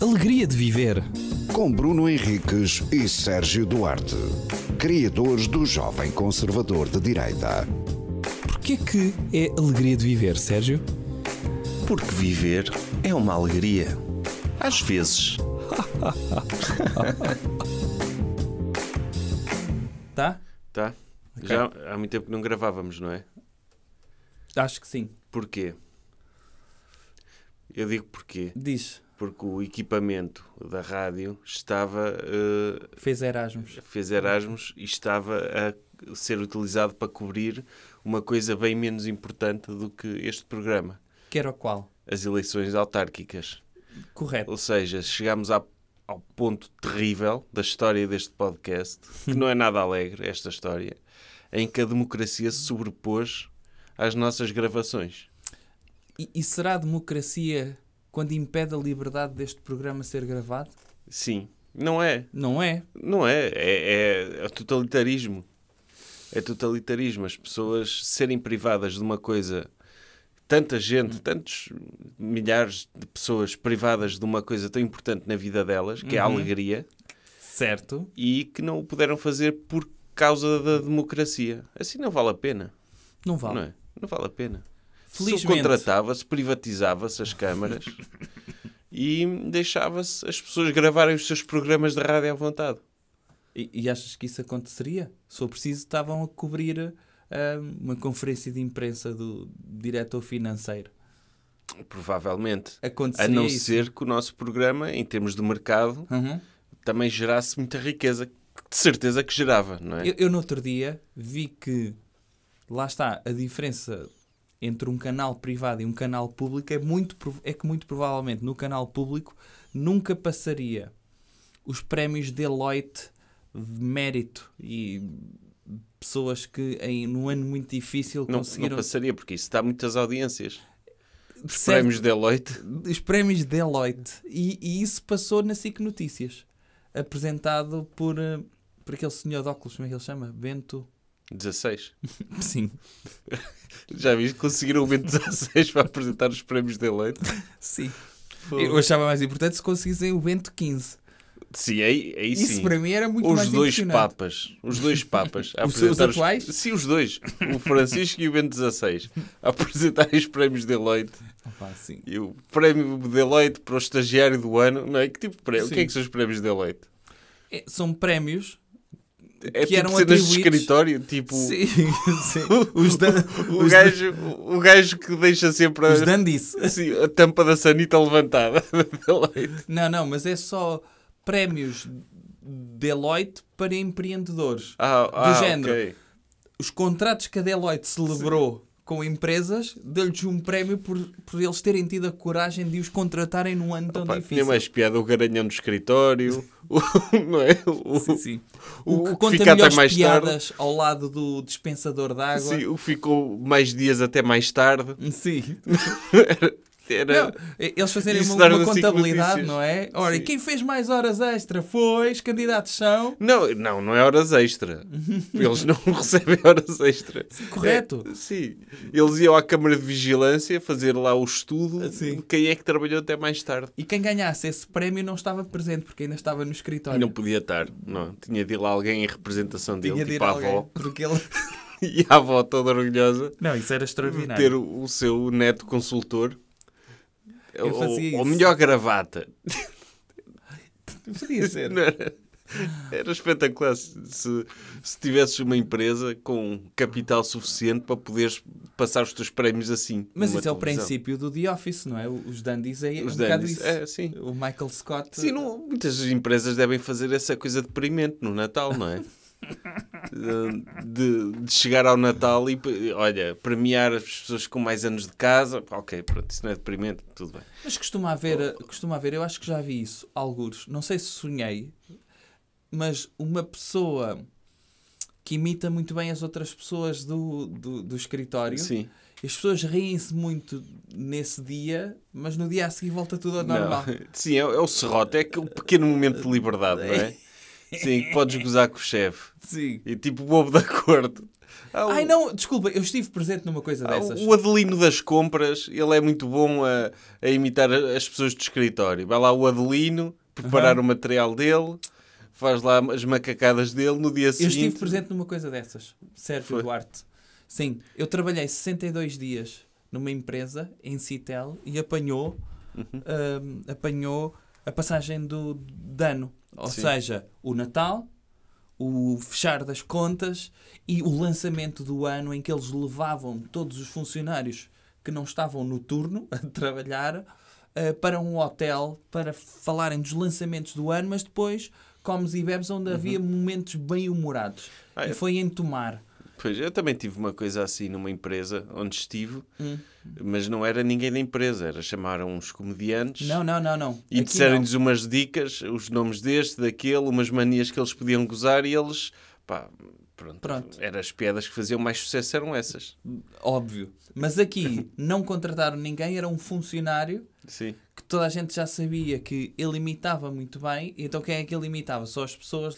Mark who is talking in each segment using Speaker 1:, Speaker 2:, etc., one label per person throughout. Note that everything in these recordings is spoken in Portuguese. Speaker 1: alegria de viver.
Speaker 2: Com Bruno Henriques e Sérgio Duarte, criadores do Jovem Conservador de Direita.
Speaker 1: Porquê que é alegria de viver, Sérgio?
Speaker 3: Porque viver é uma alegria. Às vezes.
Speaker 4: Tá?
Speaker 3: Tá? Já há muito tempo que não gravávamos, não é?
Speaker 4: Acho que sim.
Speaker 3: Porquê? Eu digo porquê.
Speaker 4: Diz.
Speaker 3: Porque o equipamento da rádio estava. eh,
Speaker 4: Fez Erasmus.
Speaker 3: fez Erasmus e estava a ser utilizado para cobrir uma coisa bem menos importante do que este programa:
Speaker 4: Que era o qual?
Speaker 3: as eleições autárquicas.
Speaker 4: Correto.
Speaker 3: Ou seja, chegámos à- ao ponto terrível da história deste podcast, que não é nada alegre, esta história, em que a democracia se sobrepôs às nossas gravações.
Speaker 4: E, e será a democracia quando impede a liberdade deste programa ser gravado?
Speaker 3: Sim, não é.
Speaker 4: Não é?
Speaker 3: Não é. É, é, é totalitarismo. É totalitarismo. As pessoas serem privadas de uma coisa. Tanta gente, tantos milhares de pessoas privadas de uma coisa tão importante na vida delas, que é a alegria,
Speaker 4: Certo.
Speaker 3: e que não o puderam fazer por causa da democracia. Assim não vale a pena,
Speaker 4: Não vale.
Speaker 3: não é? Não vale a pena. Se
Speaker 4: Felizmente.
Speaker 3: contratava-se, privatizava-se as câmaras e deixava-se as pessoas gravarem os seus programas de rádio à vontade.
Speaker 4: E, e achas que isso aconteceria? Se for preciso, estavam a cobrir ah, uma conferência de imprensa do diretor financeiro.
Speaker 3: Provavelmente.
Speaker 4: Aconteceria
Speaker 3: a não
Speaker 4: isso?
Speaker 3: ser que o nosso programa, em termos de mercado,
Speaker 4: Uhum.
Speaker 3: também gerasse muita riqueza. que De certeza que gerava, não é?
Speaker 4: Eu, eu no outro dia vi que lá está a diferença entre um canal privado e um canal público é, muito, prov- é que muito provavelmente no canal público nunca passaria os prémios Deloitte de mérito e pessoas que em num ano muito difícil
Speaker 3: Não, não
Speaker 4: conseguiram
Speaker 3: passaria, porque isso dá muitas audiências. Os
Speaker 4: Certo,
Speaker 3: prémios Deloitte.
Speaker 4: os prémios Deloitte e, e isso passou na SIC Notícias apresentado por, eh, por aquele senhor de óculos como é que ele chama? Bento?
Speaker 3: 16.
Speaker 4: Sim
Speaker 3: Já viste? Conseguiram o momento 16 para apresentar os prémios de eleito?
Speaker 4: Sim. Eu achava mais importante se conseguissem o Bento 15.
Speaker 3: Sim, aí, aí
Speaker 4: Isso
Speaker 3: sim.
Speaker 4: para mim era muito
Speaker 3: Os
Speaker 4: mais
Speaker 3: dois
Speaker 4: impressionante.
Speaker 3: papas. Os dois papas. a
Speaker 4: Os- os
Speaker 3: apresentar
Speaker 4: atuais?
Speaker 3: Sim, os dois. O Francisco e o Bento 16. A apresentarem os prémios Deloitte.
Speaker 4: Opa, sim.
Speaker 3: E o prémio Deloitte para o estagiário do ano. Não é? Que tipo de prémio? O que é
Speaker 4: Sim.
Speaker 3: que são os prémios Deloitte?
Speaker 4: É, são prémios.
Speaker 3: É
Speaker 4: Que
Speaker 3: tipo
Speaker 4: eram
Speaker 3: cenas de
Speaker 4: atribuídos-
Speaker 3: escritório? Tipo...
Speaker 4: Sim, sim. Os, dan
Speaker 3: O gajo, o gajo que deixa sempre
Speaker 4: os
Speaker 3: a,
Speaker 4: dandice.
Speaker 3: assim, a tampa da sanita levantada. Deloitte.
Speaker 4: Não, não, mas é só prémios Deloitte para empreendedores.
Speaker 3: Ah, ah,
Speaker 4: género.
Speaker 3: ok.
Speaker 4: Os contratos que a Deloitte celebrou com empresas, deu-lhes um prémio por, por eles terem tido a coragem de os contratarem num ano tão
Speaker 3: Pá, tinha
Speaker 4: difícil.
Speaker 3: mais piada o garanhão do escritório, o, não é? O,
Speaker 4: Sim, sim.
Speaker 3: o
Speaker 4: O,
Speaker 3: que
Speaker 4: que conta
Speaker 3: fica até
Speaker 4: melhores
Speaker 3: mais tarde.
Speaker 4: piadas ao lado do dispensador de água.
Speaker 3: sim, o que ficou mais dias até mais tarde.
Speaker 4: Sim.
Speaker 3: Era,
Speaker 4: Não, eles fazerem
Speaker 3: Isso
Speaker 4: uma,
Speaker 3: dar
Speaker 4: uma
Speaker 3: no Ciclo
Speaker 4: contabilidade,
Speaker 3: Notícias.
Speaker 4: não é? Ora, e
Speaker 3: Sim.
Speaker 4: quem fez mais horas extra foi, os candidatos são.
Speaker 3: não. não, não, é horas extra. Eles não recebem horas extra.
Speaker 4: correto.
Speaker 3: É, sim. Eles iam à Câmara de Vigilância fazer lá o estudo
Speaker 4: Ah, Sim.
Speaker 3: de quem é que trabalhou até mais tarde.
Speaker 4: E quem ganhasse esse prémio não estava presente, porque ainda estava no escritório.
Speaker 3: Não podia estar, não. Tinha de ir lá alguém em representação dele,
Speaker 4: Tinha de ir
Speaker 3: tipo a
Speaker 4: alguém,
Speaker 3: avó.
Speaker 4: porque ele...
Speaker 3: E a avó toda orgulhosa.
Speaker 4: Não, isso era
Speaker 3: ter
Speaker 4: extraordinário.
Speaker 3: o, o seu neto consultor.
Speaker 4: Eu
Speaker 3: ou,
Speaker 4: fazia
Speaker 3: ou
Speaker 4: isso.
Speaker 3: melhor, gravata.
Speaker 4: Podia ser.
Speaker 3: Não era, era espetacular se, se, se tivesses uma empresa com capital suficiente para poderes passar os teus prémios assim.
Speaker 4: Mas
Speaker 3: numa
Speaker 4: isso é o
Speaker 3: televisão.
Speaker 4: princípio do The Office, não é? Os dandies é
Speaker 3: Os
Speaker 4: um bocado
Speaker 3: dandies,
Speaker 4: isso.
Speaker 3: é, sim.
Speaker 4: O Michael Scott...
Speaker 3: Sim, não- muitas empresas devem fazer essa coisa deprimente no Natal, não é? Eh, De, de chegar ao Natal e, pe- olha, premiar as pessoas com mais anos de casa, ok, pronto, isso não é deprimente, tudo bem.
Speaker 4: Mas costuma haver, costuma haver, eu acho que já vi isso, alguns, não sei se sonhei, mas uma pessoa que imita muito bem as outras pessoas do, do, do escritório,
Speaker 3: Sim.
Speaker 4: as pessoas riem-se muito nesse dia, mas no dia a seguir volta tudo ao normal.
Speaker 3: Não. Sim, é, é o serrote, é que o pequeno momento de liberdade, não é? Sim, que podes gozar com o chefe.
Speaker 4: Sim.
Speaker 3: E tipo bobo da corte. Há o-
Speaker 4: Ai não, desculpa, eu estive presente numa coisa
Speaker 3: há
Speaker 4: dessas.
Speaker 3: O Adelino das compras, ele é muito bom a, a imitar a- as pessoas do escritório. Vai lá o Adelino preparar o material dele, faz lá as macacadas dele no dia
Speaker 4: Eu
Speaker 3: seguinte.
Speaker 4: estive presente numa coisa dessas, Sérgio
Speaker 3: Foi.
Speaker 4: Duarte. Sim, eu trabalhei 62 dias numa empresa em Citel e apanhou,
Speaker 3: Uhum.
Speaker 4: ahm, apanhou a passagem do de ano. Ou
Speaker 3: Sim.
Speaker 4: seja, o Natal, o fechar das contas e o lançamento do ano em que eles levavam todos os funcionários que não estavam no turno a trabalhar eh, para um hotel para falarem dos lançamentos do ano, mas depois comes e bebes onde havia momentos bem humorados.
Speaker 3: Uhum. Ah,
Speaker 4: e
Speaker 3: é.
Speaker 4: foi em Tomar.
Speaker 3: Pois, eu também tive uma coisa assim numa empresa onde estive,
Speaker 4: Hum.
Speaker 3: mas não era ninguém da empresa, era chamaram uns comediantes.
Speaker 4: Não, não, não, não.
Speaker 3: E
Speaker 4: Aqui não.
Speaker 3: disseram-lhes umas dicas, os nomes deste, daquele, umas manias que eles podiam gozar e eles, pá, pronto,
Speaker 4: Pronto.
Speaker 3: eram as piadas que faziam mais sucesso eram essas.
Speaker 4: Óbvio. Mas aqui não contrataram ninguém, era um funcionário
Speaker 3: Sim.
Speaker 4: que toda a gente já sabia que ele imitava muito bem. Então quem é que ele imitava? Só as pessoas.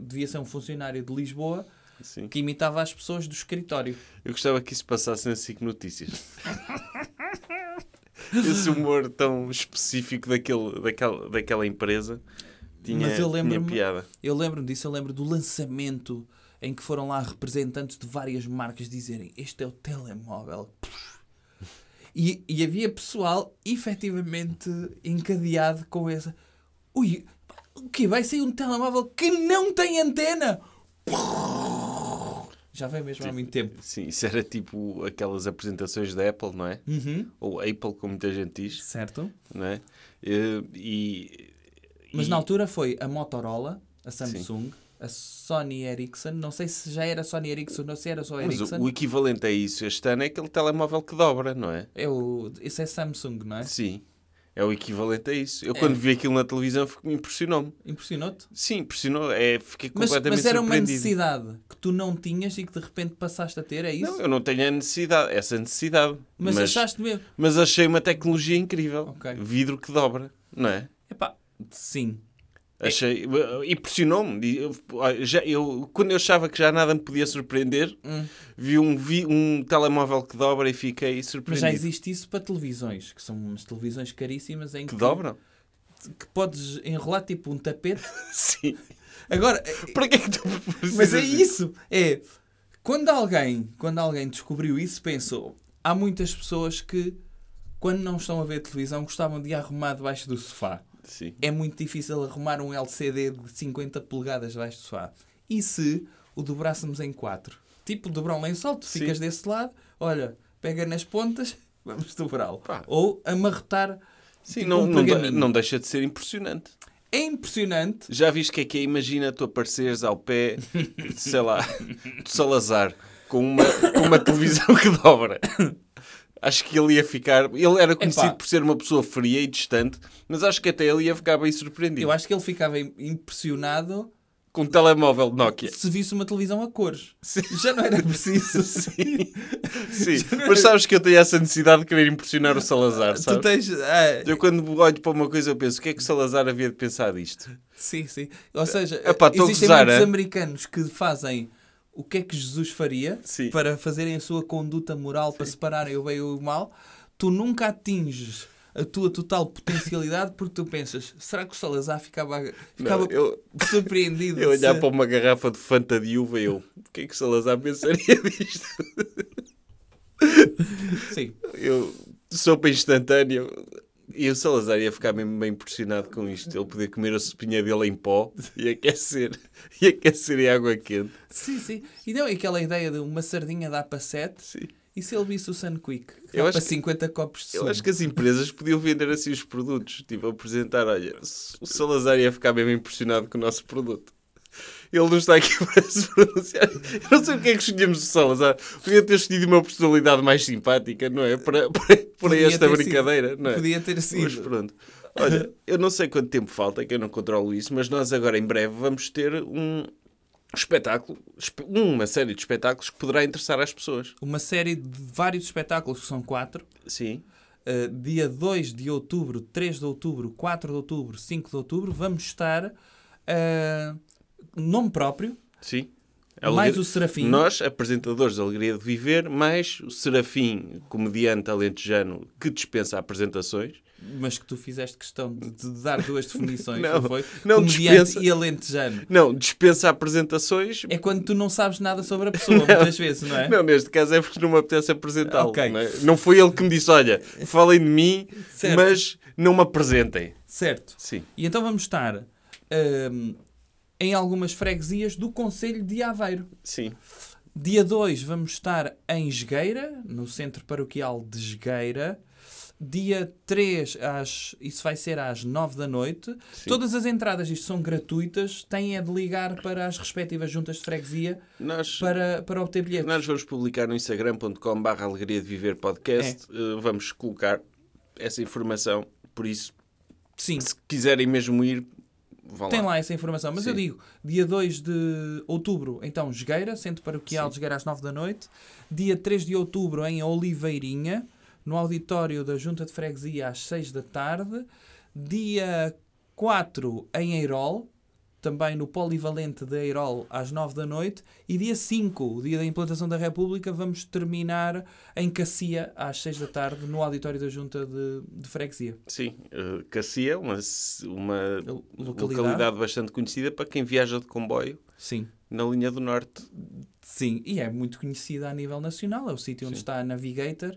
Speaker 4: Devia ser um funcionário de Lisboa
Speaker 3: Sim.
Speaker 4: que imitava as pessoas do escritório.
Speaker 3: Eu gostava que isso passasse na SIC Notícias. Esse humor tão específico daquele, daquela, daquela empresa tinha,
Speaker 4: Mas eu
Speaker 3: tinha
Speaker 4: lembro-me-
Speaker 3: piada.
Speaker 4: Eu lembro-me disso, eu lembro do lançamento em que foram lá representantes de várias marcas dizerem este é o telemóvel. E, e havia pessoal efetivamente encadeado com essa. Ui, pá, o quê? Vai sair um telemóvel que não tem antena! Já vem mesmo há muito tempo.
Speaker 3: Sim, isso era tipo aquelas apresentações da Apple, não é?
Speaker 4: Uhum,
Speaker 3: Ou Apple, como muita gente diz,
Speaker 4: certo.
Speaker 3: não é? E, e-
Speaker 4: Mas na altura foi a Motorola, a Samsung, a Sony Ericsson. Não sei se já era Sony Ericsson ou se era só
Speaker 3: Mas
Speaker 4: Ericsson.
Speaker 3: o, o equivalente a isso este ano é aquele telemóvel que dobra, não é?
Speaker 4: É o, isso é Samsung, não é?
Speaker 3: Sim. É o equivalente a isso. Eu quando vi aquilo na televisão fico- impressionou-me.
Speaker 4: Impressionou-te?
Speaker 3: Sim, impressionou. É, fiquei
Speaker 4: Mas,
Speaker 3: completamente
Speaker 4: mas era uma
Speaker 3: surpreendido.
Speaker 4: necessidade que tu não tinhas e que de repente passaste a ter, é isso?
Speaker 3: Não, eu não tenho a necessidade, essa necessidade.
Speaker 4: mas,
Speaker 3: Mas,
Speaker 4: achaste mesmo.
Speaker 3: mas achei uma tecnologia incrível.
Speaker 4: Ok.
Speaker 3: Vidro que dobra, não é?
Speaker 4: Epá, sim. É.
Speaker 3: Achei, impressionou-me. Di- eu- ah, já- eu- quando eu achava que já nada me podia surpreender, vi um, vi um telemóvel que dobra e fiquei
Speaker 4: Hum. Mas
Speaker 3: surpreendido.
Speaker 4: já existe isso para televisões, que são umas televisões caríssimas em que,
Speaker 3: Que dobra?
Speaker 4: que podes enrolar tipo um tapete.
Speaker 3: Sim.
Speaker 4: Agora,
Speaker 3: Para que é que tu
Speaker 4: Mas
Speaker 3: precisas
Speaker 4: é
Speaker 3: disso?
Speaker 4: isso. É quando alguém, quando alguém descobriu isso, pensou. Há muitas pessoas que, quando não estão a ver televisão, gostavam de arrumar debaixo do sofá.
Speaker 3: Sim.
Speaker 4: É muito difícil arrumar um LCD de 50 polegadas debaixo do sofá. E se o dobrássemos em 4? Tipo, dobrar um lençol, tu ficas
Speaker 3: Sim.
Speaker 4: desse lado, olha, pega nas pontas, vamos dobrá-lo.
Speaker 3: Pá.
Speaker 4: Ou amarrotar.
Speaker 3: Sim,
Speaker 4: tipo,
Speaker 3: não,
Speaker 4: um
Speaker 3: não, de-
Speaker 4: pergaminho.
Speaker 3: não deixa de ser impressionante.
Speaker 4: É impressionante.
Speaker 3: Já viste que é que é? Imagina tu apareceres ao pé, sei lá, do Salazar, com uma, com uma televisão que dobra. Acho que ele ia ficar. Ele era conhecido
Speaker 4: Epá.
Speaker 3: por ser uma pessoa fria e distante, mas acho que até ele ia ficar bem surpreendido.
Speaker 4: Eu acho que ele ficava im- impressionado
Speaker 3: Com um telemóvel Nokia.
Speaker 4: se visse uma televisão a cores. Já não era preciso.
Speaker 3: Sim, mas sabes que eu tenho essa necessidade de querer impressionar o Salazar,
Speaker 4: tu
Speaker 3: sabes?
Speaker 4: tens. ah,
Speaker 3: Eu quando olho para uma coisa, eu penso: o que é que o Salazar havia de pensar disto?
Speaker 4: Sim, sim. Ou seja,
Speaker 3: Epá, tô a
Speaker 4: existem
Speaker 3: gozar,
Speaker 4: muitos
Speaker 3: é?
Speaker 4: americanos que fazem o que é que Jesus faria
Speaker 3: Sim.
Speaker 4: para fazerem a sua conduta moral para separarem o bem e o mal. Tu nunca atinges a tua total potencialidade porque tu pensas, será que o Salazar ficava, ficava
Speaker 3: Não, eu-
Speaker 4: surpreendido?
Speaker 3: Eu olhar
Speaker 4: se-
Speaker 3: para uma garrafa de Fanta de uva e eu, o que é que o Salazar pensaria disto?
Speaker 4: Sim.
Speaker 3: Eu sou para instantâneo. E o Salazar ia ficar mesmo bem impressionado com isto. Ele poder comer a sopinha dele em pó e aquecer, e aquecer em água quente.
Speaker 4: sim, sim. E não, e aquela ideia de uma sardinha dá para 7
Speaker 3: Sim.
Speaker 4: e se ele visse o Sun Quick?
Speaker 3: Eu
Speaker 4: Dá
Speaker 3: acho
Speaker 4: para
Speaker 3: que-
Speaker 4: 50 copos de sumo.
Speaker 3: Eu acho que as empresas podiam vender assim os produtos. Tipo, apresentar, olha, o Salazar ia ficar mesmo impressionado com o nosso produto. Ele não está aqui para se pronunciar. Eu não sei porque é que escolhemos o Salazar. Podia ter escolhido uma personalidade mais simpática, não é? Para, para, para
Speaker 4: Podia
Speaker 3: esta
Speaker 4: ter sido.
Speaker 3: brincadeira, não é?
Speaker 4: Podia ter
Speaker 3: Mas
Speaker 4: sido.
Speaker 3: pronto. Olha, eu não sei quanto tempo falta, que eu não controlo isso, mas nós agora em breve vamos ter um espetáculo, espe- uma série de espetáculos que poderá interessar às pessoas.
Speaker 4: Uma série de vários espetáculos, que são quatro,
Speaker 3: Sim.
Speaker 4: Uh, dia 2 de outubro, 3 de outubro, 4 de outubro, 5 de outubro, vamos estar uh, nome próprio,
Speaker 3: Sim.
Speaker 4: Mais
Speaker 3: Alegria-
Speaker 4: o Serafim.
Speaker 3: Nós, apresentadores de Alegria de Viver, mais o Serafim, comediante alentejano que dispensa apresentações.
Speaker 4: Mas que tu fizeste questão de, de dar duas definições,
Speaker 3: Não,
Speaker 4: não, foi?
Speaker 3: não
Speaker 4: Comediante
Speaker 3: dispensa.
Speaker 4: e alentejano.
Speaker 3: Não, dispensa apresentações.
Speaker 4: É quando tu não sabes nada sobre a pessoa, muitas vezes, não é?
Speaker 3: Não, neste caso é porque não me apetece apresentá-lo.
Speaker 4: Ok.
Speaker 3: Não, é? Não foi ele que me disse: olha, falem de mim,
Speaker 4: Certo.
Speaker 3: mas não me apresentem.
Speaker 4: Certo.
Speaker 3: Sim.
Speaker 4: E então vamos estar hum, em algumas freguesias do Conselho de Aveiro.
Speaker 3: Sim.
Speaker 4: Dia 2 vamos estar em Esgueira, no Centro Paroquial de Esgueira. Dia 3, às, isso vai ser às 9 da noite. Todas as entradas, isto são gratuitas, têm é de ligar para as respectivas juntas de freguesia
Speaker 3: Nós,
Speaker 4: para, para obter bilhetes.
Speaker 3: nós vamos publicar no instagram.com barra alegria de viver podcast.
Speaker 4: É.
Speaker 3: Eh, Vamos colocar essa informação. Por isso,
Speaker 4: Sim,
Speaker 3: se quiserem mesmo ir, vão
Speaker 4: tem
Speaker 3: lá.
Speaker 4: lá essa informação. Mas eu
Speaker 3: Sim.
Speaker 4: digo, dia 2 de outubro, então Esgueira, Centro Paroquial de Esgueira às 9 da noite. Dia 3 de outubro em Oliveirinha, no auditório da Junta de Freguesia às 6 da tarde. Dia 4 em Eirol, também no Polivalente de Eirol às 9 da noite. E dia 5, o dia da implantação da República, vamos terminar em Cacia às 6 da tarde, no auditório da Junta de, de Freguesia.
Speaker 3: Sim, eh, Cacia, uma, c- uma
Speaker 4: Lo-
Speaker 3: localidade.
Speaker 4: localidade.
Speaker 3: bastante conhecida para quem viaja de comboio
Speaker 4: Sim.
Speaker 3: na linha do norte.
Speaker 4: Sim, e é muito conhecida a nível nacional. É o sítio onde está a Navigator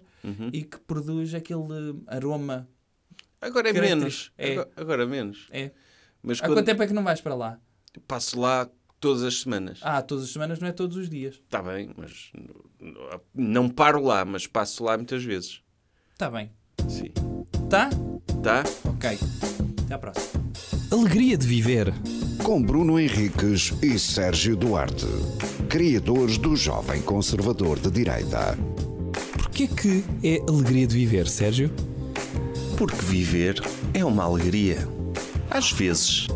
Speaker 4: e que produz aquele aroma.
Speaker 3: Agora é
Speaker 4: Caracteris-
Speaker 3: menos.
Speaker 4: é.
Speaker 3: Agora, agora menos.
Speaker 4: É.
Speaker 3: Mas
Speaker 4: Há
Speaker 3: quando
Speaker 4: quanto tempo é que não vais para lá?
Speaker 3: passo lá todas as semanas.
Speaker 4: Ah, todas as semanas, não é todos os dias.
Speaker 3: Está bem, mas n- não paro lá, mas passo lá muitas vezes.
Speaker 4: Está bem.
Speaker 3: Sim.
Speaker 4: Tá?
Speaker 3: Tá?
Speaker 4: Ok. Até à próxima.
Speaker 1: Alegria de viver.
Speaker 2: Com Bruno Henriques e Sérgio Duarte, criadores do Jovem Conservador de Direita.
Speaker 1: Porquê que é alegria de viver, Sérgio?
Speaker 3: Porque viver é uma alegria. Às vezes.